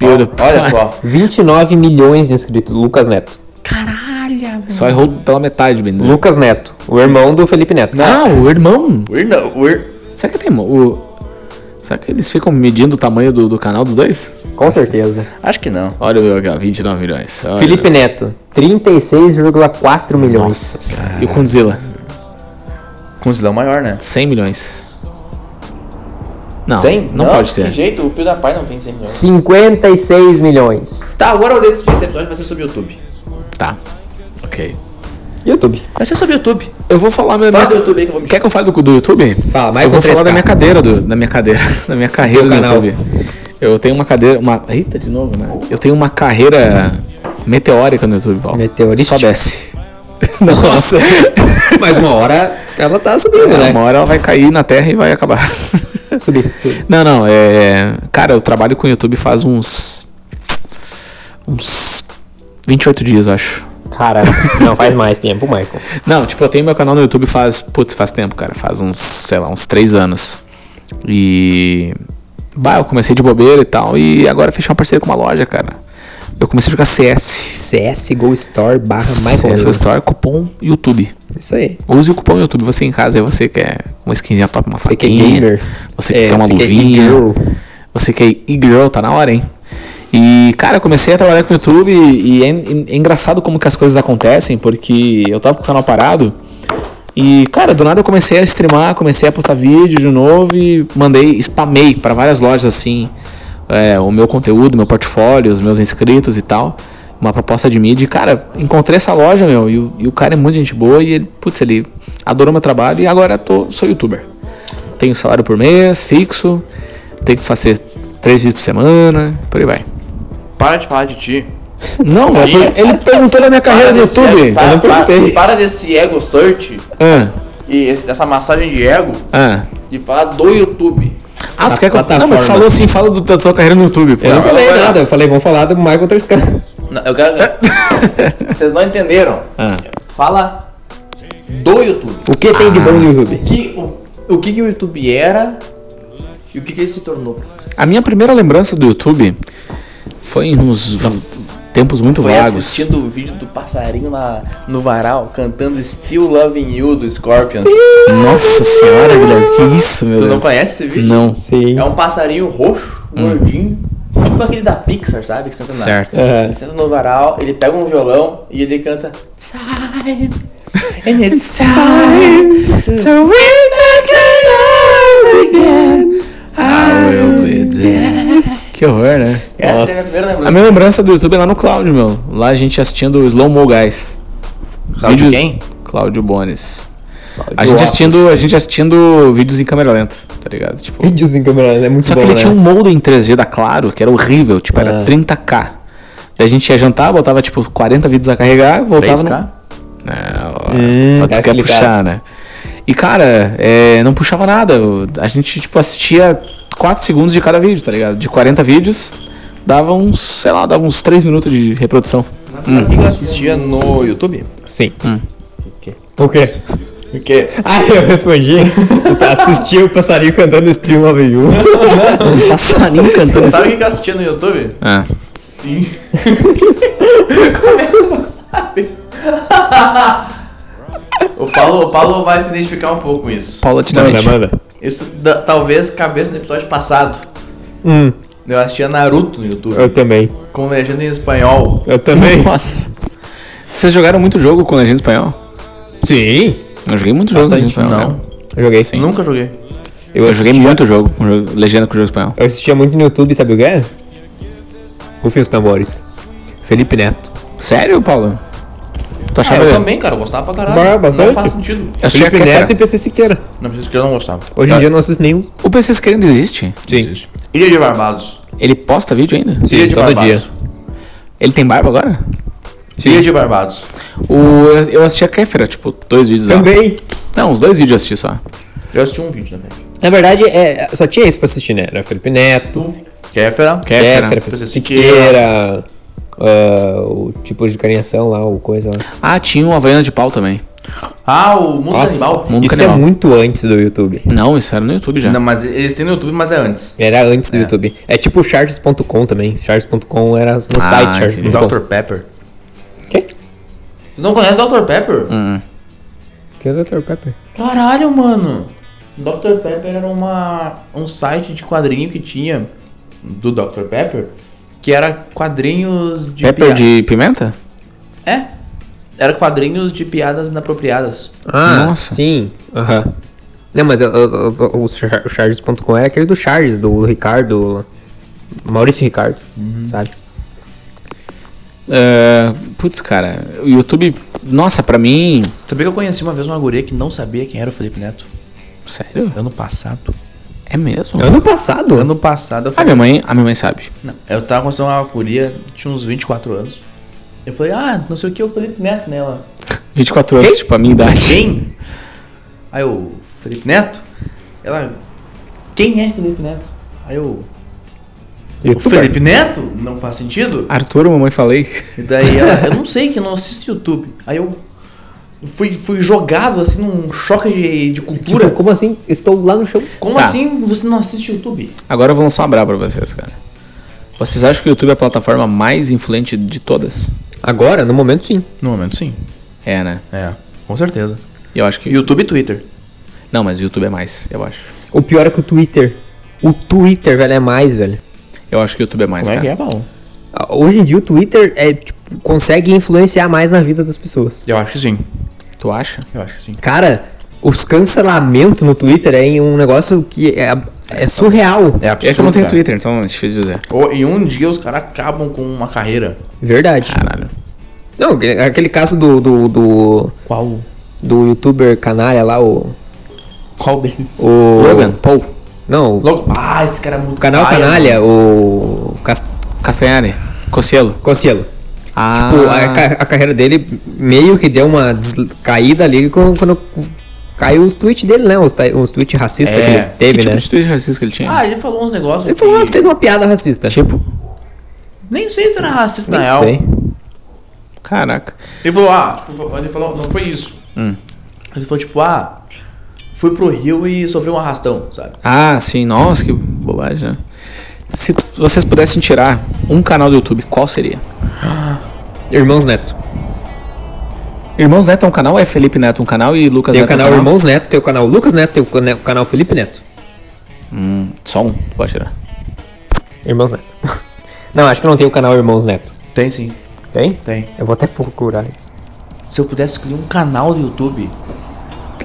E o do-
Olha só.
29 milhões de inscritos. Lucas Neto.
Só errou pela metade, bem dizer.
Lucas Neto. O irmão do Felipe Neto.
Ah, o irmão.
We're no, we're...
Será que tem irmão? o... Será que eles ficam medindo o tamanho do, do canal dos dois?
Com certeza.
Acho que não.
Olha o meu aqui, ó, 29 milhões. Olha.
Felipe Neto. 36,4 milhões.
E o Kundzilla,
Com o maior, né?
100 milhões. Não,
100?
não, pode
De
ter.
jeito, o PewDiePie não tem 100 milhões.
56 milhões.
Tá, agora eu olhei esse episódio vai ser sobre o YouTube.
Tá, ok.
YouTube.
Vai ser sobre o YouTube.
Eu vou falar meu...
Fala do YouTube aí que eu vou me
Quer que eu fale do, do YouTube?
Fala, Michael
Eu vou falar
Pesca.
da minha cadeira, do, da minha cadeira, da minha carreira
Teu
no
canal.
YouTube. Eu tenho uma cadeira, uma... Eita, de novo, né? Eu tenho uma carreira meteórica no YouTube, Paulo.
Meteorística?
Só desce. Nossa.
Mas uma hora ela tá subindo,
É, Uma
né?
hora ela vai cair na terra e vai acabar.
Subir.
Não, não, é. Cara, eu trabalho com o YouTube faz uns. uns. 28 dias, eu acho.
Cara, não faz mais tempo, Michael.
Não, tipo, eu tenho meu canal no YouTube faz. Putz, faz tempo, cara. Faz uns, sei lá, uns 3 anos. E. Bah, eu comecei de bobeira e tal. E agora fechei uma parceria com uma loja, cara. Eu comecei a jogar CS.
CSGO Store barra Michael. é
CS Store, cupom YouTube.
Isso aí.
Use o cupom YouTube, você em casa, aí você quer uma skinzinha top, uma
Você que é
saquinha,
gamer.
Você
É,
quer uma
você que é
luvinha.
e-girl.
você que é e-girl, tá na hora, hein? E, cara, eu comecei a trabalhar com o YouTube e é, en- é engraçado como que as coisas acontecem, porque eu tava com o canal parado e, cara, do nada eu comecei a streamar, comecei a postar vídeo de novo e mandei, spamei pra várias lojas, assim, é, o meu conteúdo, meu portfólio, os meus inscritos e tal. Uma proposta de mídia. E, cara, encontrei essa loja, meu, e o, e o cara é muito gente boa e ele, putz, ele adorou meu trabalho e agora eu tô, sou youtuber. Tenho salário por mês, fixo. Tenho que fazer três dias por semana, por aí vai.
Para de falar de ti.
Não,
Ih,
ele, ele perguntou da minha carreira Tá no
desse
YouTube.
ego- para,
eu não
para-
perguntei.
para desse ego search
Ah,
e esse- essa massagem de ego
ah.
e falar do YouTube.
Ah, tu
A
quer que eu... Não, mas
plataforma.
tu falou assim, fala do, da tua carreira no YouTube. Pô.
Eu não
Não,
falei
não, não.
nada, eu falei, vamos falar do Michael 3K.
Não, eu quero- Vocês não entenderam.
Ah.
Fala do YouTube.
O que tem de bom no YouTube?
Que, o, o que, que o YouTube era e o que, que ele se tornou.
A minha primeira lembrança do YouTube foi em uns tempos muito
Foi
vagos.
assistindo o vídeo do passarinho lá no varal cantando Still Loving You do Scorpions.
Nossa senhora, Guilherme, que isso, meu
Tu
Deus.
não conhece esse vídeo?
Não.
Sim.
É um passarinho roxo, gordinho. Tipo aquele da Pixar, sabe? Que senta na.
Certo.
Aham.
Ele senta no varal, ele pega um violão e ele canta Time. And it's time to win the game again.
Ah, Que horror, né?
Essa é a minha
Nossa.
primeira lembrança.
A minha lembrança do YouTube é lá no Cláudio, meu. Lá a gente assistindo o Slow Mo Guys.
Cláudio
Vídeos-
quem?
Cláudio Bones. A gente, assistindo, a gente assistindo vídeos em câmera lenta, tá ligado? Tipo,
Vídeos em câmera lenta, é muito
Só que
bom,
ele
né?
tinha um molde em 3G da Claro, que era horrível, tipo, era
Ah.
30k. Daí a gente ia jantar, botava tipo 40 vídeos a carregar, voltava. No...
3K?
Não,
Hum,
só que
tá
quer puxar,
explicado.
né? E cara, é, não puxava nada. eu- A gente, tipo, assistia 4 segundos de cada vídeo, tá ligado? De 40 vídeos, dava uns, sei lá, dava uns 3 minutos de reprodução.
Sabe
Hum.
o que eu assistia no YouTube?
Sim.
Hum.
O quê?
O quê?
Ah, eu respondi. Assisti o passarinho cantando Stream Love You.
Um passarinho cantando.
Sabe o que que eu assistia no YouTube?
Ah.
Sim. Como é que não sabe? o, Paulo, o Paulo vai se identificar um pouco com isso.
Paula
Manda,
Titanite.
manda.
Isso da- talvez cabeça no episódio passado.
Hum,
Eu assistia Naruto no YouTube.
eu também.
Com legenda em espanhol.
Eu também.
Nossa. Vocês jogaram muito jogo com legenda em espanhol?
Sim.
Eu joguei muito jogo com legenda em
Bastante.
espanhol. cara.
Eu joguei sim.
Nunca joguei.
Eu joguei muito jogo, com jogo- legenda com jogo espanhol.
Eu assistia muito no YouTube, sabe o que é? Rufem os tambores. Felipe Neto.
Sério, Paulo? Tu
Ah,
achava
eu
legal?
também, cara. Eu gostava pra caralho.
Bah,
Não
bastante.
faz sentido.
Eu assistia
Felipe
Quaker.
Neto é e PC Siqueira.
Não preciso que eu não gostava.
Hoje
Tá.
em dia eu não assisto nenhum.
O PC Siqueira ainda existe?
Sim.
Ilha de Barbados.
Ele posta vídeo ainda?
Ilha de
todo
Barbados.
dia.
Ele tem barba agora?
Ilha de Barbados.
O, eu assistia Kéfera, tipo, dois vídeos lá.
Também.
Não, uns dois vídeos eu assisti só.
Eu assisti um vídeo também.
Na verdade, é, só tinha isso pra assistir, né? Era Felipe Neto,
Kéfera.
Kéfera.
Kéfera,
PC
PC Siqueira, ah, o tipo de carinhação lá, o coisa lá.
Ah, tinha uma Havaiana de Pau também.
Ah, o Mundo Animal.
Mundo
isso
Canibal.
é muito antes do YouTube.
Não, isso era no YouTube já.
Não, mas eles têm no YouTube, mas é antes.
Era antes do YouTube. É tipo o Charts.com também. Charts.com era no
Ah,
site.
entendi.
Charts.com.
Dr. Pepper.
Que?
Tu não conhece Dr. Pepper?
Hum.
Que é Dr. Pepper?
Caralho, mano. Dr. Pepper era uma, um site de quadrinho que tinha do Dr. Pepper, que era quadrinhos de
Pepper
pia-
de pimenta?
É. Era quadrinhos de piadas inapropriadas.
Ah,
Nossa.
sim. Aham. Não, mas eu- eu- eu- o, Char- o Charges.com era é aquele do Charges, do Ricardo. Maurício Ricardo, sabe?
É, putz, cara, o YouTube. Nossa, pra mim.
Sabia que eu conheci uma vez uma guria que não sabia quem era o Felipe Neto?
Sério?
Ano passado.
É mesmo?
Ano
Hum.
passado?
Ano passado eu
A
falei.
minha mãe, a minha mãe sabe.
Não, eu tava conversando com uma guria, tinha uns 24 anos. Eu falei, ah, não sei o que, é o Felipe Neto nela.
24 anos, tipo, a minha idade.
Quem? Aí eu, Felipe Neto? Ela, quem é Felipe Neto? Aí eu, o
YouTube.
Felipe Neto? Não faz sentido?
Arthur, mamãe falei.
E daí ela, eu não sei, que eu não assisto YouTube. Aí eu fui, fui jogado assim num choque de, de cultura.
Tipo, como assim? Estou lá no chão.
Como
Tá.
assim você não assiste YouTube?
Agora eu vou lançar uma braba pra vocês, cara. Vocês acham que o YouTube é a plataforma mais influente de todas?
Agora, no momento, sim.
No momento sim.
É, né?
É, com certeza.
Eu acho que.
YouTube e Twitter.
Não, mas o YouTube é mais, eu acho.
O pior é que o Twitter. O Twitter, velho, é mais, velho.
Eu acho que o YouTube é mais,
Como é que
cara.
é, Paulo?
Ah, Hoje em dia, o Twitter é, tipo, consegue influenciar mais na vida das pessoas.
Eu acho que é? sim.
Tu acha?
Eu acho que sim.
Cara, os cancelamentos no Twitter é um negócio que é, é surreal.
É
É que eu não tenho
cara.
Twitter, então é difícil dizer.
Ou, em um dia os caras acabam com uma carreira.
Verdade.
Caralho.
Não, aquele caso do, do, do,
Qual?
do youtuber canalha lá, o.
Qual deles?
o
Logan, Paul,
Não, o
Logo. Ah, esse cara é muito.
canal
paia,
canalha, o. Cas-
Castanhari, Cocielo.
Cossielo.
Ah,
Pô, a, ca- a carreira dele meio que deu uma des- caída ali quando, quando caiu os tweets dele, né? Os, ta- os tweets racistas
É,
que ele
que
teve,
que tipo
né?
de tweet racista que ele tinha?
Ah, ele falou uns negócios.
Ele falou, "Ah,
que-
fez uma piada racista.
tipo,
Nem sei se era racista
Não
na real.
sei.
caraca.
Ele falou, ah, tipo, ele falou, não foi isso. Ele falou, tipo, ah, fui pro Rio e sofri um arrastão, sabe?
Ah, sim, nossa, que bobagem. né? Se tu- vocês pudessem tirar um canal do YouTube, qual seria?
Irmãos Neto.
Irmãos Neto é um canal, ou é Felipe Neto um canal e Lucas
Tem o
Neto é um
canal Irmãos Neto, tem o canal Lucas Neto, tem o cane- o canal Felipe Neto.
Hum, só um, tu pode tirar.
Irmãos Neto. não, acho que não tem o canal Irmãos Neto.
Tem sim,
Tem?
tem.
Eu vou até procurar isso.
Se eu pudesse escolher um canal do YouTube,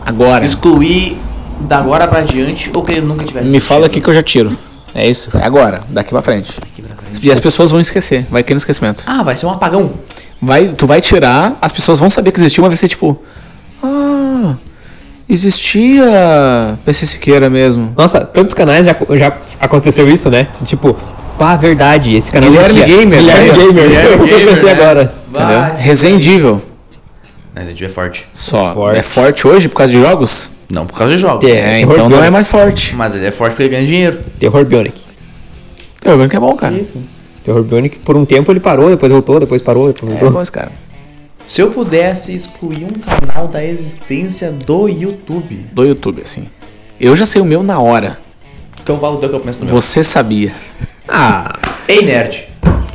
Agora,
excluir da agora pra diante, ou que ele nunca tivesse
me fala aqui
existido?
que eu já tiro. É isso, é agora, daqui pra frente. E as pessoas vão esquecer, vai cair no esquecimento.
Ah, vai ser um apagão.
Vai, tu vai tirar, as pessoas vão saber que existiu, mas vai ser tipo. Ah, existia PC Siqueira mesmo.
Nossa, tantos canais já, já aconteceu isso, né? Tipo, pá, verdade, esse canal
Guilherme
existia.
Gamer,
Guilherme
né?
Gamer, eu pensei agora.
Entendeu? Resendível.
Mas a gente é forte.
Só.
Forte.
É forte hoje por causa de jogos?
Não por causa de jogos.
É,
É,
terror
então não é
biônico.
mais forte.
Mas ele é forte porque ele ganha dinheiro.
Terror Bionic.
Eu lembro que é bom, cara.
Terror Bionic, por um tempo ele parou, depois voltou, depois parou, depois
É
voltou.
bom esse cara.
Se eu pudesse excluir um canal da existência do YouTube.
Do YouTube, assim. Eu já sei o meu na hora.
Então fala o teu que eu penso no meu.
Você sabia.
Ah,
Ei, nerd.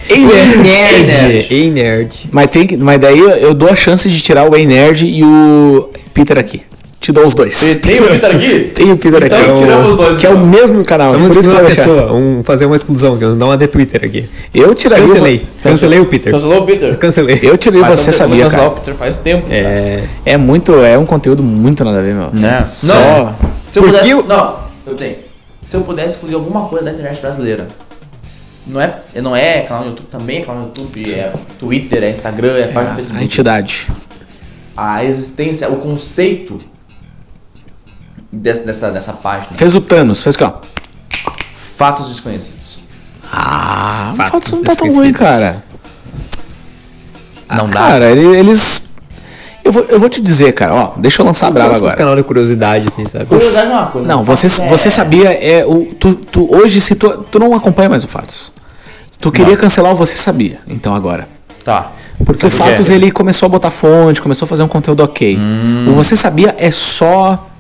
Ei,
Ei, nerd.
ei, nerd.
Mas, tem que, mas daí eu dou a chance de tirar o Ei Nerd e o Peter aqui. Te dou os dois.
Tem o Peter aqui?
Tem o Peter aqui.
Então
é o-
tiramos os dois,
Que é o
então.
mesmo canal.
Vamos
por isso que
excluir
eu
uma
vou deixar.
pessoa, um- fazer uma exclusão, que eu vou dar uma de Twitter aqui.
Eu tiraria. o-
É, Cancelei, cancelei o Peter.
Cancelou o Peter?
Cancelei.
Eu tirei
Mas
você
também
sabia,
vamos cancelar
cara.
o Peter faz tempo.
É,
É muito, é um conteúdo muito nada a ver, meu. É
Né?
Só.
Não. Se eu
Porque
pudesse.
o-
Não, eu tenho. Se eu pudesse escolher alguma coisa da internet brasileira. Não é, não é canal no YouTube também, é canal no YouTube, é Twitter, é Instagram, é página do
A
Facebook.
entidade.
A existência, o conceito dessa, dessa, dessa página.
Fez o Thanos, fez aqui, ó.
Fatos desconhecidos.
Ah,
Fatos
fatos não tá tão
desconhecidos.
ruim, cara.
não
Ah, Cara, ele- eles. Eu vou, eu vou te dizer, cara, ó, deixa eu lançar a brava
Esse
agora.
canal de curiosidade, assim, sabe?
Curiosidade é uma coisa.
Não, você,
fatos é-
você sabia, é o. Tu, tu- hoje, se tu, tu não acompanha mais o Fatos. Tu queria cancelar o Você Sabia, então agora.
Tá.
Porque o é?
Sabe o que
Fatos ele começou a botar fonte, começou a fazer um conteúdo ok. O Você Sabia é só.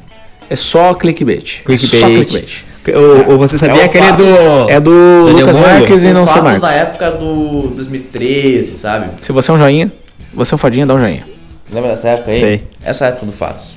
É só clickbait. Só clickbait.
Ou, ou você sabia
É o
aquele
fato.
do.
É do
Daniel
Lucas
Molho?
Marques e não sei
Fatos da
Marques.
época do 2013, sabe?
Se você é um joinha, você é um fodinha, dá um joinha.
Lembra dessa época aí?
Sei.
Essa época do Fatos.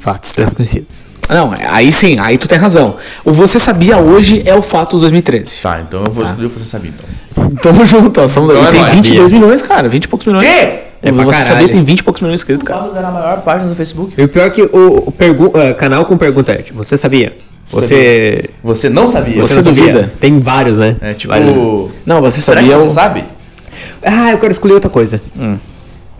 Fatos desconhecidos.
Não, aí sim, aí tu tem razão. O Você Sabia hoje é o Fatos 2013.
Tá, então eu vou escolher o que você sabia então.
Tamo junto, ó. São,
Então é
tem
nóis,
22 milhões, cara. 20 e poucos milhões.
Quê?
É
pra
Você
caralho.
sabia tem 20 e poucos milhões inscritos,
O
cara.
Fatos era a maior página do Facebook.
E o pior é que o, o pergu- ah, canal com pergunta é, tipo, você sabia? Você.
Você não sabia?
Você
não
duvida?
sabia? Tem vários, né?
É tipo.
Vários.
Não, você
Será que
sabia é um
você
o-
sabe?
Ah, eu quero escolher outra coisa.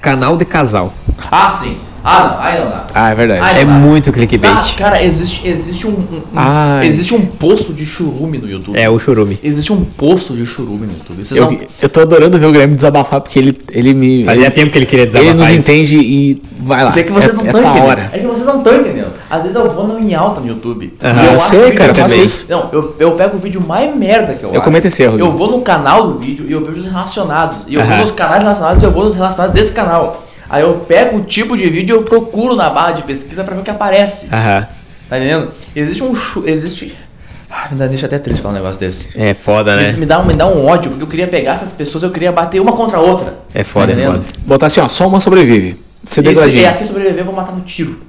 Canal de casal.
Ah, sim. Ah, não. Aí não dá.
Ah, é verdade.
Ah,
É
tá.
muito clickbait.
Ah, cara, existe, existe um, um- um-
Ai.
existe um poço de churume no YouTube.
É o churume.
Existe um poço de churume no YouTube. Vocês não...
Eu, eu tô adorando ver o Grêmio desabafar, porque ele, ele me.
Fazia
Ele,
tempo que ele queria
é ele
desabafar.
nos
isso.
entende e vai lá.
Mas é que vocês
é,
não
é
estão
tua
entendendo.
hora.
É que vocês não estão entendendo. Às vezes eu vou no em alta no YouTube. e
eu
acho
sei,
o vídeo
cara, eu faço
também.
isso.
Não, eu, eu pego o vídeo mais merda que eu
Eu
acho.
cometo esse erro,
Eu
Gui.
vou no canal do vídeo e eu vejo os relacionados. E eu vou
Aham.
nos canais relacionados e eu vou nos relacionados desse canal. Aí eu pego o tipo de vídeo e eu procuro na barra de pesquisa pra ver o que aparece.
Aham.
Tá entendendo? Existe um... chu- Existe... Ah, me dá, deixa até triste falar um negócio desse.
É foda,
Me-
né?
Me, dá, um- me dá um ódio, porque eu queria pegar essas pessoas, eu queria bater uma contra a outra. Tá
É foda, é
entendendo?
foda.
Botar assim, ó, só uma sobrevive. Se
E se vier
degradinha.
aqui sobreviver, eu vou matar no tiro.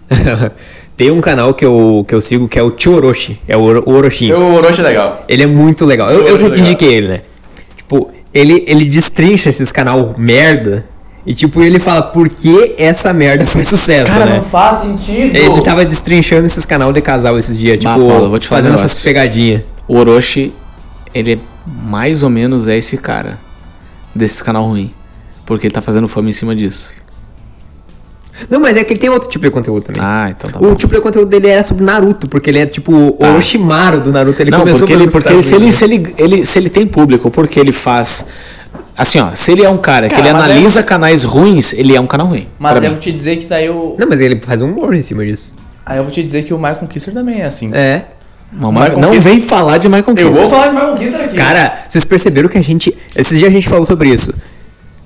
Tem um canal que eu, que eu sigo que é o Tio Orochi. É o Oro- o Orochinho.
o Orochi é legal.
Ele é muito legal. Eu, eu
Orochi é
que te
legal.
indiquei ele, né? Tipo, ele, ele destrincha esses canal merda. E tipo, ele fala por que essa merda foi sucesso,
Cara,
né?
não faz sentido.
Ele tava destrinchando esses canal de casal esses dias, tipo,
Bah, Paulo, eu vou te falar um
fazendo
negócio.
essas pegadinhas.
O Orochi, ele é mais ou menos é esse cara. Desse canal ruim. Porque ele tá fazendo fama em cima disso.
Não, mas é que ele tem outro tipo de conteúdo também.
Ah, então tá
o
bom.
tipo de conteúdo dele era sobre Naruto, porque ele é tipo o
Tá.
Orochimaru do Naruto. Ele
não,
começou
porque, ele,
fazendo assim, né?
porque se,
sucesso.
ele, se, ele, ele- se ele tem público, porque ele faz. Assim, ó, se ele é um cara, que
Cara,
ele
mas
analisa canais ruins, ele é um canal ruim.
Mas
pra
eu
mim.
vou te dizer que daí eu.
Não, mas ele faz humor em cima disso.
Aí eu vou te dizer que o Michael Kisser também é assim.
É.
Não, Ma-
Michael
não
Kister-
vem falar de Michael
Eu
Kister.
vou falar de Michael Kisser aqui.
Cara, vocês perceberam que a gente. Esses dias a gente falou sobre isso.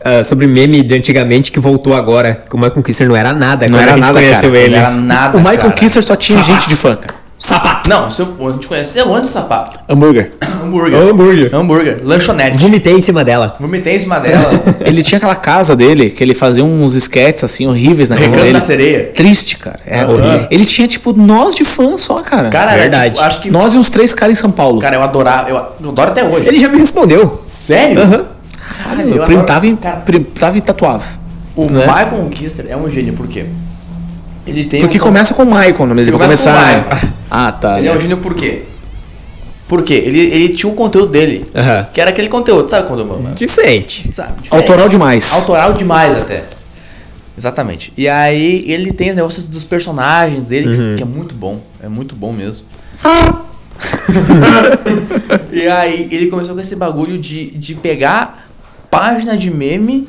ah, sobre meme de antigamente que voltou agora. Que o Michael Kister não era nada.
Não
quando
era
a gente
nada,
conheceu
cara.
ele.
Não era nada,
o Michael
cara.
Kister é só tinha gente de fã, cara.
Sapato!
Não, se eu, a gente conheceu antes sapato.
Hambúrguer.
Hambúrguer.
Hambúrguer.
Hambúrguer. Lanchonete.
Vomitei em cima dela.
Vomitei em cima dela.
Ele tinha aquela casa dele, que ele fazia uns sketches assim horríveis na casa
Recanto
dele.
da sereia.
Triste, cara. É,
Horrível.
Ele tinha, tipo, nós de fã só, cara.
Cara, era,
Verdade.
tipo, acho que.
Nós e uns três caras em São Paulo.
Cara, eu adorava. Eu eu adoro até hoje.
Ele já me respondeu.
Sério?
Caralho,
eu
eu
adoro-
printava, e,
cara.
printava e tatuava.
O Michael Kister é um gênio, por quê? Ele tem.
Porque
um-
começa com Michael o nome dele, pra
Começa com
começar.
Michael.
Ah, tá.
Ele é um gênio por quê? Por quê? Ele, ele tinha o conteúdo dele.
Aham.
Que era aquele conteúdo, sabe quando. mano?
Diferente.
Sabe? diferente.
Autoral demais.
Autoral demais até. Exatamente. E aí ele tem os negócios dos personagens dele, que- que é muito bom. É muito bom mesmo. e aí ele começou com esse bagulho de, de pegar página de meme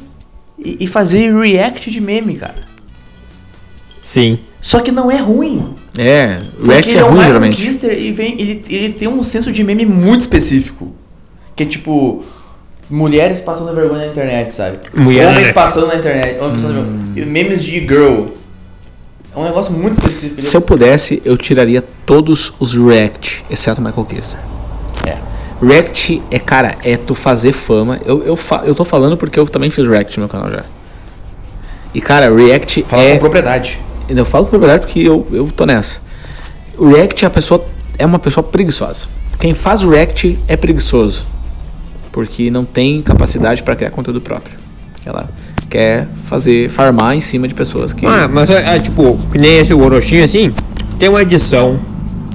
e, e fazer react de meme, cara.
Sim.
Só que não é ruim.
É, o
Porque
React
ele
é
um
ruim,
Michael
geralmente.
Kister e vem, ele, ele tem um senso de meme muito específico. Que é tipo. Mulheres passando vergonha na internet, sabe?
Mulher-
Homens passando na internet. Homens passando vergonha. Memes de girl. É um negócio muito específico. né?
Se eu pudesse, eu tiraria todos os React, exceto Michael Kister. React é, cara, é tu fazer fama. Eu, eu, fa- eu tô falando porque eu também fiz React no meu canal já. E, cara, React
Fala
é.
com propriedade.
Eu falo com propriedade porque eu, eu tô nessa. O React é, a pessoa, é uma pessoa preguiçosa. Quem faz o React é preguiçoso. Porque não tem capacidade para criar conteúdo próprio. Ela quer fazer, farmar em cima de pessoas que.
Ah, mas é, é, tipo, que nem esse Orochinho assim, tem uma edição,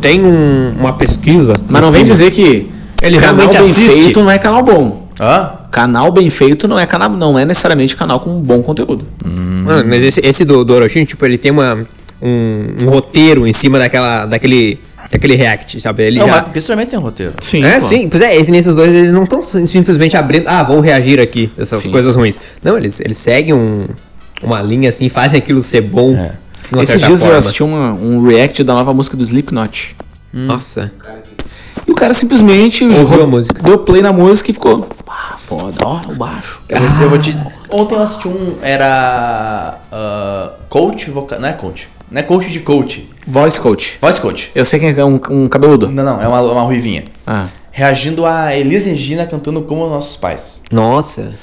tem um- uma pesquisa.
Mas não vem
Assim,
dizer que
Ele
canal
realmente
bem
assiste.
feito não é canal bom.
Hã?
Canal bem feito não é canal, não é necessariamente canal com bom conteúdo.
Mano, mas esse, esse do, do Orochinho, tipo, ele tem uma, um, um roteiro em cima daquela, daquele, daquele react, sabe? Ele
Não,
já-
mas porque isso também tem um roteiro.
Sim.
é, sim. Pois é, esse, nesses dois eles não estão simplesmente abrindo, ah, vou reagir aqui, essas
Sim.
coisas ruins. Não, eles, eles seguem um- uma linha assim, fazem aquilo ser bom.
É.
de uma
Esses
certa
dias eu
forma.
assisti uma- um react da nova música do Slipknot.
um-
Nossa.
E o cara simplesmente
Ouviu a música.
deu play na música e ficou. Ah, foda, ó, o baixo.
Eu vou, eu vou te. Ontem eu assisti um. Era. ah, coach vocal. Não é coach. Não é coach de coach.
Voice coach.
Voice coach.
Eu sei quem é um, um cabeludo.
Não, não. É uma, uma ruivinha.
Ah.
Reagindo a Elis Regina cantando Como Nossos Pais.
Nossa.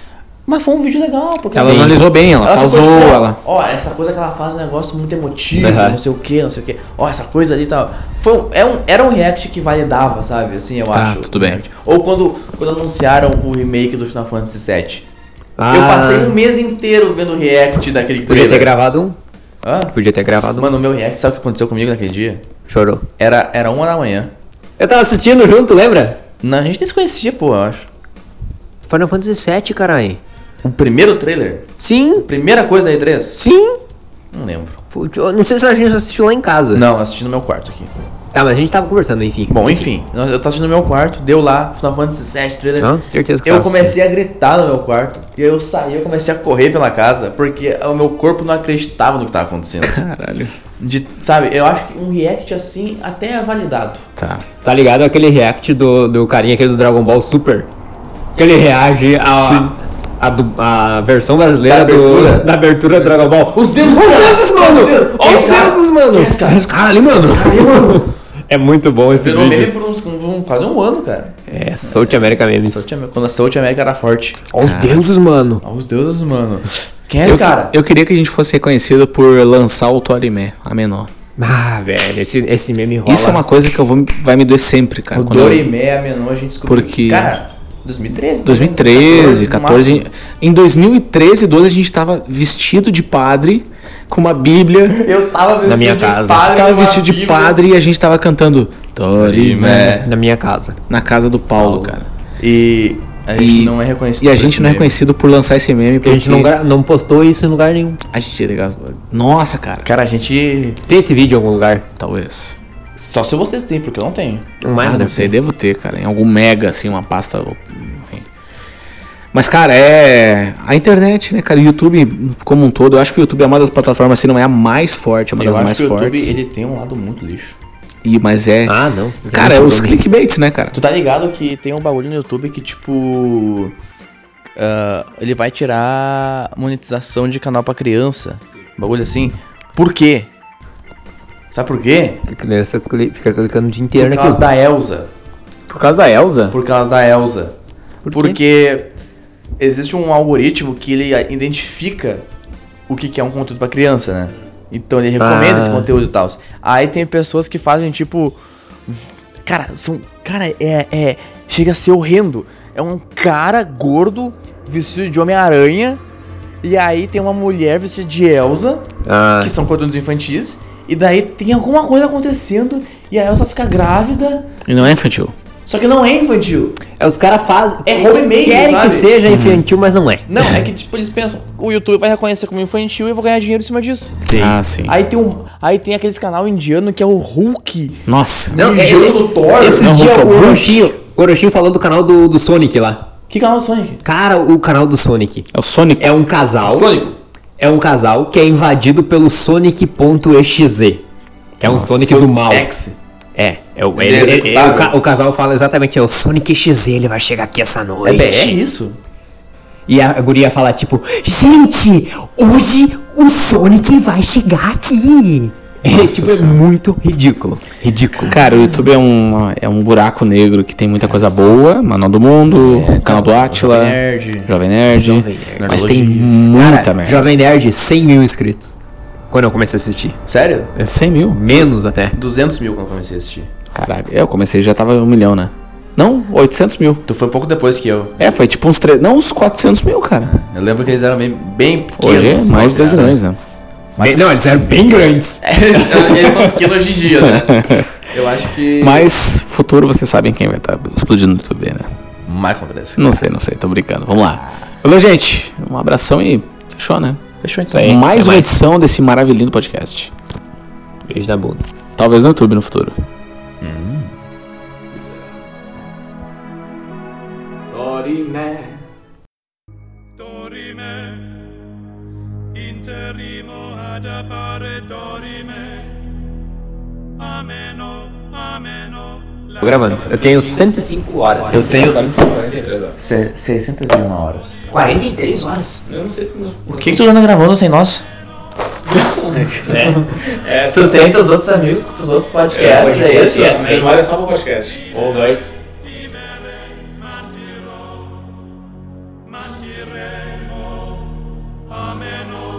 Mas foi um vídeo legal, porque
Ela
Sim.
analisou bem, ela,
ficou,
pausou
tipo, ó,
ela.
Ó, essa coisa que ela faz é um negócio muito emotivo,
Aham.
não sei o que, não sei o que. Ó, essa coisa ali e tal. Foi um, é um, era um react que validava, sabe? Assim, eu
Tá,
acho.
tudo bem.
React. Ou quando, quando anunciaram o remake do Final Fantasy VII. Eu
Ah.
passei um mês inteiro vendo o react daquele
Podia ter
trailer.
gravado um.
Hã?
Podia ter gravado um.
Mano, o meu react, sabe o que aconteceu comigo naquele dia?
Chorou.
Era, era uma da manhã.
Eu tava assistindo junto, lembra?
Não, a gente nem se conhecia, pô, eu acho.
Final Fantasy VII, caralho.
O primeiro trailer?
Sim,
Primeira coisa da E3?
sim.
Não lembro.
Foi- eu Não sei se a gente assistiu lá em casa.
Não, assisti no meu quarto aqui.
Tá, mas a gente tava conversando, enfim.
Bom, enfim, nós- eu tava assistindo no meu quarto, deu lá, Final Fantasy VII, trailer.
Não, certeza que
eu
Ah,
tava
comecei a gritar no meu quarto, e aí eu saí, eu comecei a correr pela casa, porque o meu corpo não acreditava no que tava acontecendo.
Caralho.
De, sabe, eu acho que um react assim até é validado.
Tá.
Tá ligado aquele react do, do carinha aquele do Dragon Ball Super? Que ele reage a, a, du- a versão brasileira
Da
do-
abertura.
da abertura do Dragon Ball.
Os deuses,
Os
cara!
deuses,
Os
mano!
deuses!
Olha os
Esse cara!
deuses, mano!
Esse cara!
Caralho, mano! É muito bom esse
Virou meme
vídeo.
por uns, um- quase um ano, cara.
É, South America Memes.
South America- Quando a South America era forte.
Olha os deuses, mano.
Ah, os deuses, mano. Quem é esse
Eu,
cara?
eu queria que a gente fosse reconhecido por lançar o Torimé, a menor.
Ah, velho, esse, esse meme rola.
Isso é uma coisa que eu vou, me- vai me doer sempre, cara.
O
quando eu-
Dorimé, a menor, a gente descobriu.
Porque-
Cara, 2013.
2013, 14.
máximo.
Em 2013, 12, a gente tava vestido de padre, com uma bíblia.
Eu tava vestido
minha
de
casa.
A
padre.
gente tava
numa
vestido de
Bíblia.
padre e a gente tava cantando Torimé
Na minha casa.
na casa do Paulo, cara.
E a gente
E-
não é reconhecido.
E a
por
gente
esse
não é
meme.
conhecido por lançar esse meme
Porque
porque
a gente não, gra- não postou isso em lugar nenhum.
A gente é legal. Nossa, cara.
Cara, a gente.
Tem esse vídeo em algum lugar?
Talvez.
Só se vocês têm, porque eu não tenho.
Mais
ah, não sei, devo ter, cara. Em algum mega, assim, uma pasta. Enfim. Mas, cara, é. A internet, né, cara? O YouTube, como um todo, eu acho que o YouTube é uma das plataformas, se não é a mais forte, é uma
eu
das
acho
mais
que o YouTube
fortes.
ele tem um lado muito lixo.
E, mas é.
Ah, não.
cara, é os clickbaits, né, cara?
Tu tá ligado que tem um bagulho no YouTube que, tipo. ah, ele vai tirar monetização de canal pra criança. Um bagulho assim. Por quê? Sabe por quê?
A criança cli- fica clicando o dia inteiro
Por
naquilo.
causa da Elsa.
Por causa da Elsa?
Por causa da Elsa.
Por quê?
Porque existe um algoritmo que ele identifica o que, que é um conteúdo pra criança, né? Então ele recomenda
Ah.
esse conteúdo e tal. Aí tem pessoas que fazem tipo. Cara, são. Cara, é. é chega a ser horrendo. É um cara gordo, vestido de Homem-Aranha. E aí tem uma mulher vestida de Elsa
Ah,
que são conteúdos infantis, e daí tem alguma coisa acontecendo, e a Elsa fica grávida,
E não é infantil.
só que não é infantil.
é, os caras fazem.
É roubo e meio,
Querem
sabe?
que seja infantil, mas não é.
Não, é que tipo, eles pensam, o YouTube vai reconhecer como infantil e eu vou ganhar dinheiro em cima disso.
Sim.
Ah, sim.
Aí tem um. Aí tem aqueles canal indiano que é o Hulk.
Nossa.
Não, é-
mijando no Thor.
Esses
Não,
dias
Hulk é
o
Hulk.
Orochinho, o Orochinho falou do canal do, do Sonic lá.
Que canal do Sonic?
Cara, o canal do Sonic.
É o Sonic.
É um casal. É um casal que é invadido pelo Sonic.exe. É um Sonic do mal.
X.
É, é o,
Ele é
ele-
executável.
ele- o ca- o casal fala exatamente, é o Sonic XZ, ele vai chegar aqui essa
É,
noite.
bem, é isso.
E a guria fala tipo, gente, hoje o Sonic vai chegar aqui. Isso é
Senhora.
muito ridículo. Ridículo.
Cara, o YouTube é um, é um buraco negro que tem muita coisa boa. Manual do Mundo, canal do Atila,
Jovem tá Nerd.
Jovem Nerd. Mas tem
Nerdologia.
muita merda.
Jovem Nerd, 100 mil inscritos. Quando eu comecei a assistir.
Sério?
É 100 mil.
Menos até.
200 mil quando eu comecei a assistir.
Caralho, eu comecei já tava um milhão, né? Não, 800 mil.
Tu foi um pouco depois que eu.
É, foi tipo uns 3... Não, uns 400 mil, cara.
Eu lembro que eles eram bem, bem pequenos.
Hoje é mais de 3
Nossa.
milhões, né?
Bem- não, eles eram bem grandes.
É, Eles são pequenos hoje em dia, né? Eu acho que.
Mas futuro vocês sabem quem vai estar explodindo no YouTube, né?
Michael acontece.
Não sei, não sei, tô brincando. Vamos lá. Valeu, gente. Um abração e fechou, né?
Fechou então.
Mais
até
uma
mais.
edição desse maravilhoso podcast.
Beijo na bunda.
Talvez no YouTube no futuro.
Dorime, interimo ad appare dorime. Ameno, ameno.
Tô gravando. Eu tenho 105 horas.
Eu tenho 601 horas.
43 horas.
Por que, que tu anda gravando sem nós? É. tu tem teus outros amigos, teus outros podcasts, é isso?
Primário é só pro podcast. Ou dois.
Mantiremo, ameno.